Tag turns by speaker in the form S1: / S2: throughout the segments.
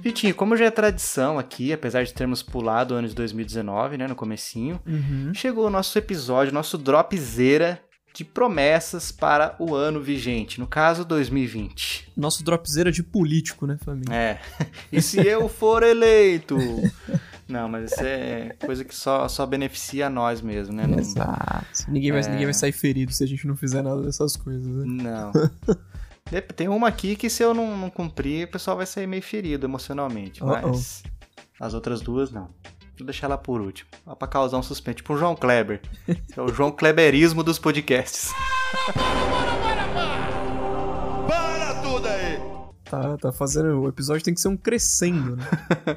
S1: Vitinho, como já é tradição aqui, apesar de termos pulado o ano de 2019, né, no comecinho,
S2: Uhum.
S1: chegou o nosso episódio, nosso dropzera de promessas para o ano vigente, no caso 2020.
S2: Nosso dropzera é de político, né, família?
S1: É. E se eu for eleito? Não, mas isso é coisa que só, só beneficia a nós mesmo, né? Não,
S2: Exato. Ninguém
S1: É.
S2: vai, ninguém vai sair ferido se a gente não fizer nada dessas coisas, né?
S1: não. Dep- Tem uma aqui que se eu não, não cumprir, o pessoal vai sair meio ferido emocionalmente,
S2: Uh-oh.
S1: mas as outras duas não. Vou deixar ela por último, lá pra causar um suspense, tipo o João Kleber. Esse é o João Kleberismo dos podcasts.
S3: Para tudo aí!
S2: Tá, tá fazendo. O episódio tem que ser um crescendo, né?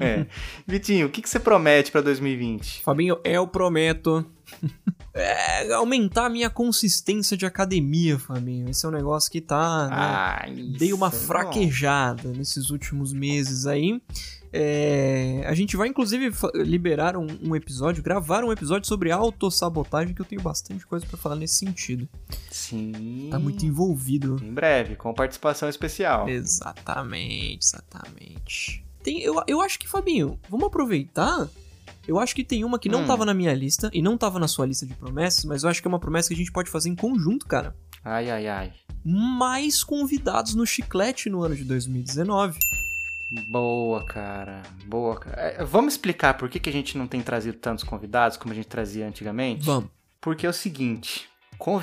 S1: É. Vitinho, o que, que você promete pra 2020?
S2: Fabinho, eu prometo. é, aumentar a minha consistência de academia, Fabinho. Esse é um negócio que tá. né?
S1: Ah,
S2: dei uma
S1: isso é bom.
S2: fraquejada nesses últimos meses aí. É, a gente vai, inclusive, fa- liberar um, um episódio, gravar um episódio sobre autossabotagem, que eu tenho bastante coisa pra falar nesse sentido.
S1: Sim.
S2: Tá muito envolvido.
S1: Em breve, com participação
S2: É.
S1: especial.
S2: Exatamente, exatamente. Tem, eu, eu acho que, Fabinho, vamos aproveitar. Eu acho que tem uma que não
S1: Hum.
S2: tava na minha lista e não tava na sua lista de promessas, mas eu acho que é uma promessa que a gente pode fazer em conjunto, cara.
S1: Ai, ai, ai.
S2: Mais convidados no chiclete no ano de 2019.
S1: Boa, cara. Boa, cara. É, Vamos explicar por que, que a gente não tem trazido tantos convidados como a gente trazia antigamente?
S2: Vamos.
S1: Porque é o seguinte: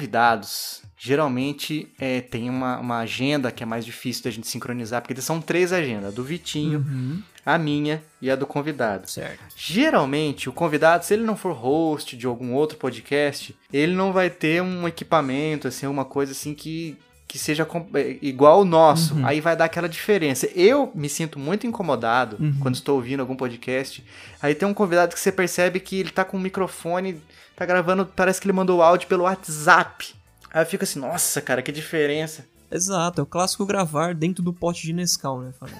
S1: convidados geralmente é, tem uma, uma agenda que é mais difícil da gente sincronizar, porque são três agendas: a do Vitinho,
S2: Uhum.
S1: a minha e a do convidado.
S2: Certo.
S1: Geralmente, o convidado, se ele não for host de algum outro podcast, ele não vai ter um equipamento, assim, uma coisa assim que, que seja com- é, igual ao nosso.
S2: Uhum.
S1: Aí vai dar aquela diferença. Eu me sinto muito incomodado
S2: Uhum.
S1: quando estou ouvindo algum podcast. Aí tem um convidado que você percebe que ele tá com um microfone, tá gravando, parece que ele mandou o áudio pelo WhatsApp. Aí eu fico assim, nossa, cara, que diferença.
S2: Exato, é o clássico gravar dentro do pote de Nescau, né, Fábio?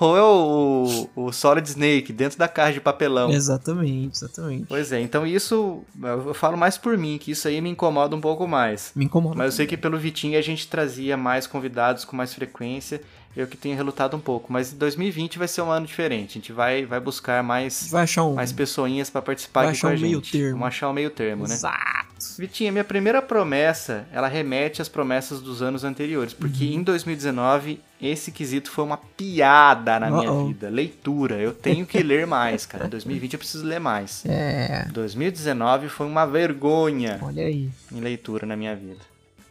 S1: Ou é o, o, o Solid Snake dentro da caixa de
S2: Então.
S1: papelão.
S2: exatamente, exatamente.
S1: Pois é, então isso eu falo mais por mim, que isso aí me incomoda um pouco mais.
S2: Me incomoda.
S1: Mas eu sei que pelo Vitinho a gente trazia mais convidados com mais frequência, eu que tenho relutado um pouco. Mas 2020 vai ser um ano diferente, a gente vai, vai buscar mais,
S2: Vai achar um.
S1: mais pessoinhas pra participar
S2: Vai
S1: aqui com
S2: achar
S1: a
S2: um meio
S1: gente.
S2: termo.
S1: Vamos achar o meio termo, né?
S2: Exato.
S1: Vitinho, a minha primeira promessa, ela remete às promessas dos anos anteriores,
S2: Uhum.
S1: porque em 2019 esse quesito foi uma piada na minha
S2: Uh-oh.
S1: vida. Leitura, eu tenho que ler mais, cara. Em 2020 eu preciso ler mais.
S2: É,
S1: 2019 foi uma vergonha
S2: olha aí.
S1: em leitura na minha vida.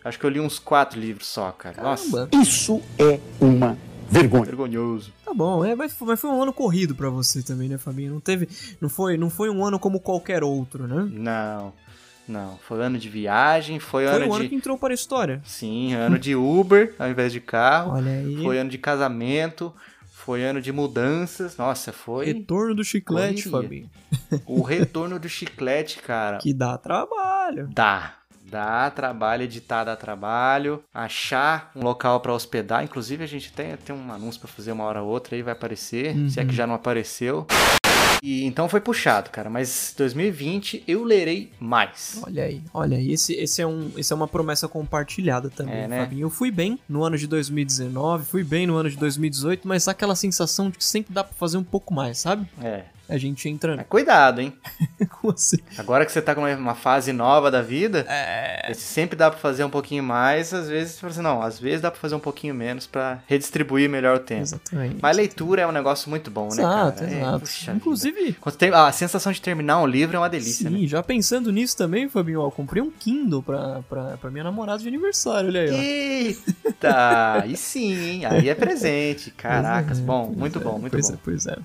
S1: Acho que eu li uns quatro livros só, cara. Nossa,
S2: Caramba.
S3: Isso é uma vergonha.
S1: vergonhoso.
S2: Tá bom, é, mas, foi- mas foi um ano corrido pra você também, né, Fabinho? Não teve. Não foi, não foi um ano como qualquer outro, né?
S1: Não, não. Foi ano de viagem, foi,
S2: Foi
S1: ano
S2: um ano
S1: de.
S2: que entrou para a história.
S1: Sim, ano de Uber ao invés de carro.
S2: Olha aí.
S1: Foi ano de casamento. Foi ano de mudanças. Nossa, foi
S2: Retorno do chiclete,
S1: Correria.
S2: Fabinho.
S1: o retorno do chiclete, cara.
S2: Que dá trabalho.
S1: Dá. Dá trabalho, editar dá trabalho, achar um local pra hospedar. Inclusive, a gente tem, tem um anúncio pra fazer uma hora ou outra aí, vai aparecer,
S2: Uhum.
S1: se é que já não apareceu. E então foi puxado, cara. Mas 2020 eu lerei mais.
S2: Olha aí, olha aí. Esse, esse, é, um, esse é uma promessa compartilhada também,
S1: É, né?
S2: Fabinho. Eu fui bem no ano de 2019, fui bem no ano de 2018, mas aquela sensação de que sempre dá pra fazer um pouco mais, sabe?
S1: É.
S2: A gente entra
S1: Mas cuidado, hein?
S2: com você.
S1: Agora que você tá com uma- uma fase nova da vida,
S2: É.
S1: esse sempre dá pra fazer um pouquinho mais, às vezes, você fala assim, não, às vezes dá pra fazer um pouquinho menos pra redistribuir melhor o tempo.
S2: Exatamente.
S1: Mas leitura é um negócio muito bom, né,
S2: exato,
S1: cara? É,
S2: exato.
S1: puxa vida.
S2: Inclusive,
S1: Quando tem- a sensação de terminar um livro é uma delícia,
S2: sim,
S1: né?
S2: já pensando nisso também, Fabinho, ó, eu comprei um Kindle pra, pra, pra minha namorada de aniversário, olha aí, ó.
S1: Eita! Aí sim, hein? Aí é presente. Caracas, bom, muito bom, muito
S2: É, pois
S1: bom.
S2: É, pois é.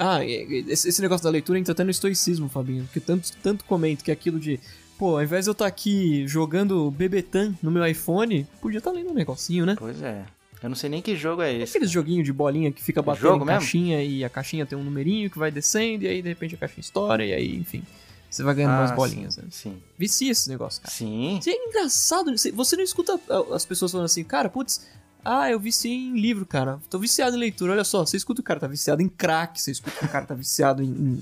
S2: Ah, e- e- esse esse negócio da leitura entra até no estoicismo, Fabinho, porque tanto, tanto comento que é aquilo de, pô, ao invés de eu estar aqui jogando Bebetan no meu iPhone, podia estar lendo um negocinho, né?
S1: Pois é. Eu não sei nem que jogo é esse.
S2: Aqueles joguinho de bolinha que fica batendo
S1: É jogo
S2: em
S1: mesmo?
S2: caixinha e a caixinha tem um numerinho que vai descendo e aí de repente a caixinha estoura e aí, enfim, você vai ganhando
S1: Ah,
S2: mais bolinhas. Né?
S1: Sim.
S2: Vicia esse negócio, cara.
S1: Sim.
S2: Isso é engraçado, você- você não escuta ah, as pessoas falando assim, cara, putz, ah, eu viciei em livro, cara. Tô viciado em leitura, olha só, você escuta o cara tá viciado em crack, você escuta que o cara tá viciado em, em,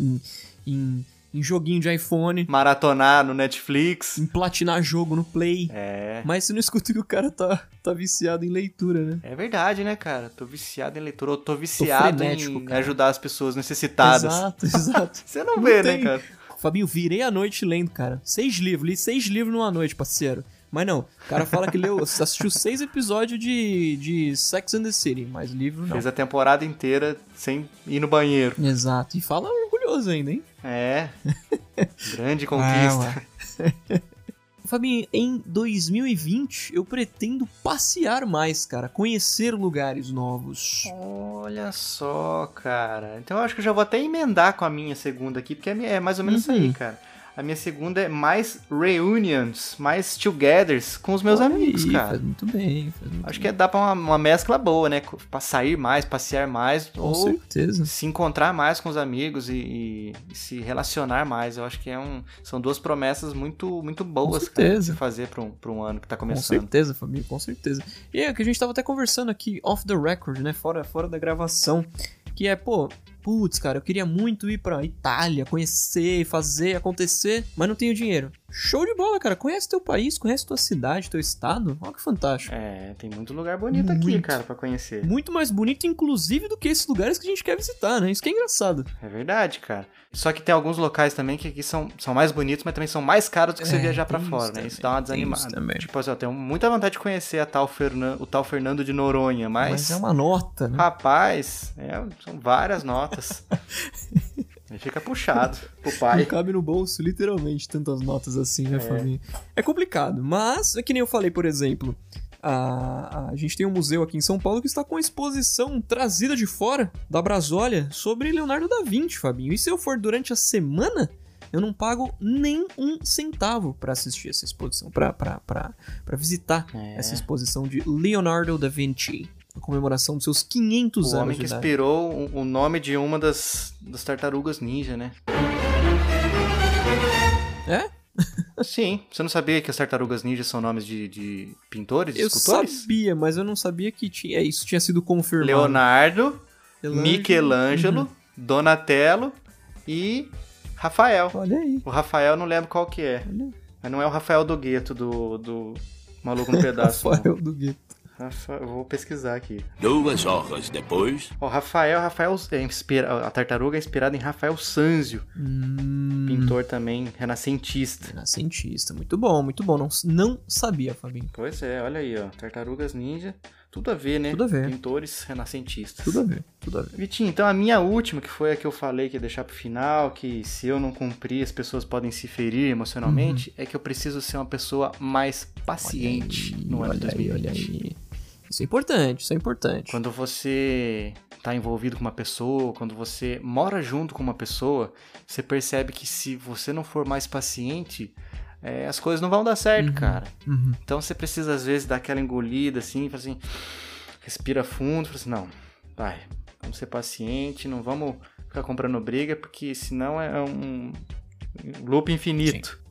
S2: em- em- em joguinho de iPhone,
S1: Maratonar no Netflix.
S2: em platinar jogo no Play.
S1: É.
S2: Mas você não escuta que o cara tá, tá viciado em leitura, né?
S1: É verdade, né, cara? Tô viciado em leitura. Eu tô viciado
S2: frenético,
S1: em
S2: cara.
S1: ajudar as pessoas necessitadas.
S2: Exato, exato.
S1: Você não,
S2: Não
S1: vê,
S2: tem.
S1: né, cara?
S2: Fabinho, virei a noite lendo, cara. Seis livros, li seis livros numa noite, parceiro. Mas não, o cara fala que leu, assistiu seis episódios de, de Sex and the City, mas livro não.
S1: Fez a temporada inteira sem ir no banheiro.
S2: Exato, e fala orgulhoso ainda, hein?
S1: É. Grande
S2: Ah,
S1: conquista.
S2: ué. Fabinho, em 2020 eu pretendo passear mais, cara, conhecer lugares novos.
S1: Olha só, cara. Então eu acho que eu já vou até emendar com a minha segunda aqui, porque a minha- é mais ou menos isso
S2: Uhum.
S1: aí, cara. A minha segunda é mais reunions, mais togethers com os meus
S2: Olha
S1: amigos,
S2: aí,
S1: cara.
S2: Faz muito bem, faz muito
S1: Acho que é- dá pra uma, uma mescla boa, né? Co- Pra sair mais, passear mais,
S2: bem. Com
S1: ou
S2: certeza.
S1: se encontrar mais com os amigos e, e se relacionar mais. Eu acho que é um, são duas promessas muito, muito boas, cara, de
S2: certeza.
S1: se fazer pra um, pra um ano que tá
S2: Com
S1: começando.
S2: certeza, família, com certeza. E é o que a gente tava até conversando aqui, off the record, né? Fora, fora da gravação. Que é, pô, putz, cara, eu queria muito ir pra Itália, conhecer, fazer, acontecer, mas não tenho dinheiro. Show de bola, cara. Conhece teu país, conhece tua cidade, teu estado. Olha que fantástico.
S1: É, tem muito lugar bonito aqui,
S2: Muito.
S1: cara, pra conhecer.
S2: Muito mais bonito, inclusive, do que esses lugares que a gente quer visitar, né? Isso que é engraçado.
S1: É verdade, cara. Só que tem alguns locais também que aqui são, são mais bonitos, mas também são mais caros do que você
S2: É,
S1: viajar pra
S2: tem
S1: fora,
S2: isso
S1: né? Isso
S2: também,
S1: dá uma
S2: tem isso
S1: desanimada.
S2: também.
S1: Tipo assim, eu tenho muita vontade de conhecer a tal Fernan- o tal Fernando de Noronha, mas.
S2: Mas é uma nota, né?
S1: Rapaz, é, são várias notas. Ele fica puxado pro
S2: Não
S1: pai.
S2: cabe no bolso, literalmente, tantas notas assim, né, família? É complicado, mas é que nem eu falei, por exemplo, a, a gente tem um museu aqui em São Paulo que está com uma exposição trazida de fora da Brasólia sobre Leonardo da Vinci, Fabinho. E se eu for durante a semana, eu não pago nem um centavo pra assistir essa exposição, pra, pra, pra, pra visitar
S1: É.
S2: essa exposição de Leonardo da Vinci. A comemoração dos seus 500
S1: O
S2: anos
S1: homem que
S2: de idade.
S1: inspirou o, o nome de uma das, das tartarugas ninja, né?
S2: É?
S1: Sim. Você não sabia que as tartarugas ninja são nomes de, de pintores, de
S2: Eu
S1: escultores?
S2: sabia, mas eu não sabia que tinha, é, isso tinha sido confirmado. né?
S1: Leonardo,
S2: Michelangelo. Uhum.
S1: Michelangelo, Donatello e Rafael.
S2: Olha aí.
S1: O Rafael eu não lembro qual que é.
S2: Olha.
S1: Mas não é o Rafael do gueto do, do Maluco no Pedaço. não.
S2: Rafael do Gueto.
S1: Rafa- eu vou pesquisar aqui.
S4: Duas horas depois.
S1: O Rafael, Rafael é inspira- a tartaruga é inspirada em Rafael Sanzio,
S2: Hum,
S1: pintor também renascentista.
S2: renascentista. Muito bom, muito bom. Não, não sabia, Fabinho.
S1: Pois é, olha aí, ó. Tartarugas ninja. Tudo a ver, né?
S2: Tudo a ver.
S1: Pintores renascentistas.
S2: Tudo a ver, tudo a ver.
S1: Vitinho, então a minha última, que foi a que eu falei que ia deixar pro final, que se eu não cumprir as pessoas podem se ferir
S2: Uhum.
S1: emocionalmente, é que eu preciso ser uma pessoa mais paciente
S2: Olha aí,
S1: no ano é de
S2: olha aí,
S1: 2020.
S2: olha aí. Isso é importante, isso é importante.
S1: Quando você tá envolvido com uma pessoa, quando você mora junto com uma pessoa, você percebe que se você não for mais paciente, eh, as coisas não vão dar certo, cara.
S2: Uhum.
S1: Então você precisa, às vezes, dar aquela engolida assim, fala assim, respira fundo, fala assim, não, vai, vamos ser paciente, não vamos ficar comprando briga, porque senão é um loop infinito.
S2: Sim,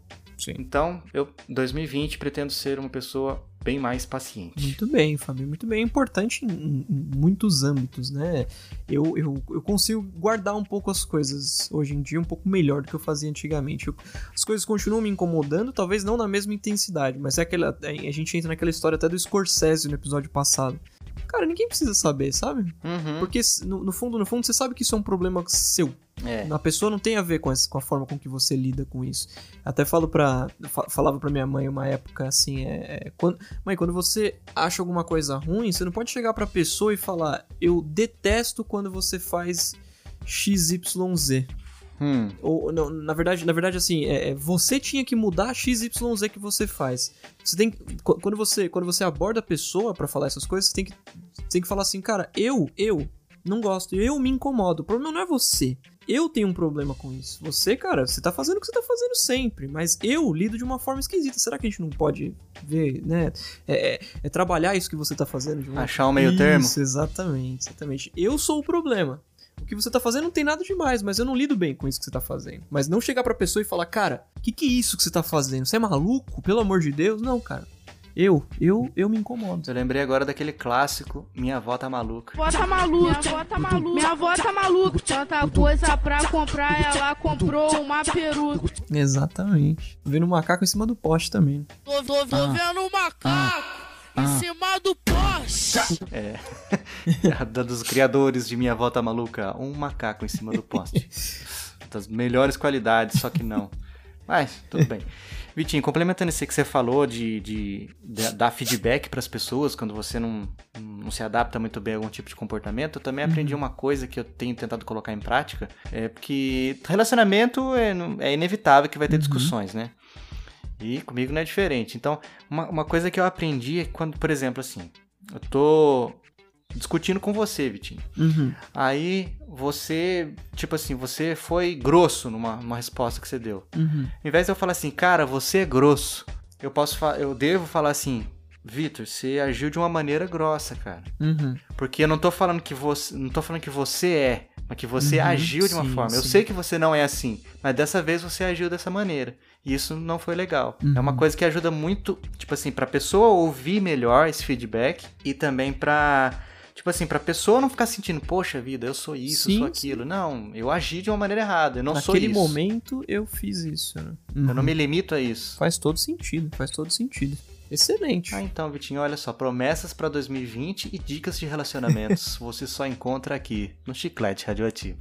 S2: sim.
S1: Então, eu, 2020, pretendo ser uma pessoa bem mais paciente.
S2: Muito bem, Fabinho, muito bem. É importante em, em- em muitos âmbitos, né? Eu, eu, eu consigo guardar um pouco as coisas hoje em dia um pouco melhor do que eu fazia antigamente. Eu- as coisas continuam me incomodando, talvez não na mesma intensidade, mas é aquela. A gente entra naquela história até do Scorsese no episódio passado. Cara, ninguém precisa saber, sabe?
S1: Uhum,
S2: Porque s- no, no fundo, no fundo, você sabe que isso é um problema seu.
S1: é.
S2: A pessoa não tem a ver com, essa- com a forma com que você lida com isso. Até falo pra. fa- falava pra minha mãe uma época assim: é, é, quando- mãe, quando você acha alguma coisa ruim, você não pode chegar pra pessoa e falar, eu detesto quando você faz XYZ.
S1: Hum.
S2: Ou, não, na verdade, na verdade assim, é, é, você tinha que mudar XYZ que você faz. Você tem que- qu- quando você quando você aborda a pessoa pra falar essas coisas, você tem que você tem que falar assim, cara, eu eu não gosto, eu me incomodo. O problema não é você. Eu tenho um problema com isso. Você, cara, você tá fazendo o que você tá fazendo sempre, mas eu lido de uma forma esquisita. Será que a gente não pode ver, né? É, é- é trabalhar isso que você tá fazendo de uma
S1: Achar um meio termo?
S2: isso, exatamente, exatamente. Eu sou o problema. O que você tá fazendo não tem nada demais, mas eu não lido bem com isso que você tá fazendo. Mas não chegar pra pessoa e falar, cara, que que é isso que você tá fazendo? Você é maluco? Pelo amor de Deus? Não, cara. Eu, eu, eu me incomodo.
S1: Eu lembrei agora daquele clássico Minha Avó Tá Maluca.
S5: avó tá maluca, minha avó tá maluca, minha avó tá maluca. Tanta coisa pra comprar, ela comprou uma peruca.
S2: Exatamente. Tô vendo um macaco em cima do poste também.
S5: Tô, tô, tô vendo um macaco em cima do poste.
S1: A da- dos criadores de Minha Avó Tá Maluca. Um macaco em cima do poste. das melhores qualidades, só que não. Mas, tudo bem. Vitinho, complementando isso aí que você falou de, de, de dar feedback pras pessoas quando você não, não se adapta muito bem a algum tipo de comportamento, eu também aprendi uma coisa que eu tenho tentado colocar em prática, é porque relacionamento é, não- é inevitável que vai ter discussões, né? E comigo não é diferente. Então, uma, uma coisa que eu aprendi é quando, por exemplo, assim, eu tô discutindo com você, Vitinho.
S2: Uhum.
S1: Aí você, tipo assim, você foi grosso numa, numa resposta que você deu.
S2: Uhum.
S1: Ao invés de eu falar assim, cara, você é grosso, eu posso fa- eu devo falar assim, Vitor, você agiu de uma maneira grossa, cara.
S2: Uhum.
S1: Porque eu não tô falando que você, não tô falando que você é, mas que você
S2: Uhum,
S1: agiu de uma
S2: sim,
S1: forma. Eu
S2: sim.
S1: sei que você não é assim, mas dessa vez você agiu dessa maneira. E isso não foi legal. É uma
S2: Uhum.
S1: coisa que ajuda muito, tipo assim, pra pessoa ouvir melhor esse feedback e também pra tipo assim, pra pessoa não ficar sentindo, poxa vida, eu sou isso, eu
S2: Sim,
S1: sou aquilo. Não, eu agi de uma maneira errada, eu não sou
S2: Naquele
S1: isso.
S2: momento eu fiz isso, né?
S1: Eu não me limito a isso.
S2: Faz todo sentido, faz todo sentido. Excelente.
S1: Ah, então, Vitinho, olha só, promessas pra 2020 e dicas de relacionamentos. você só encontra aqui no Chiclete Radioativo.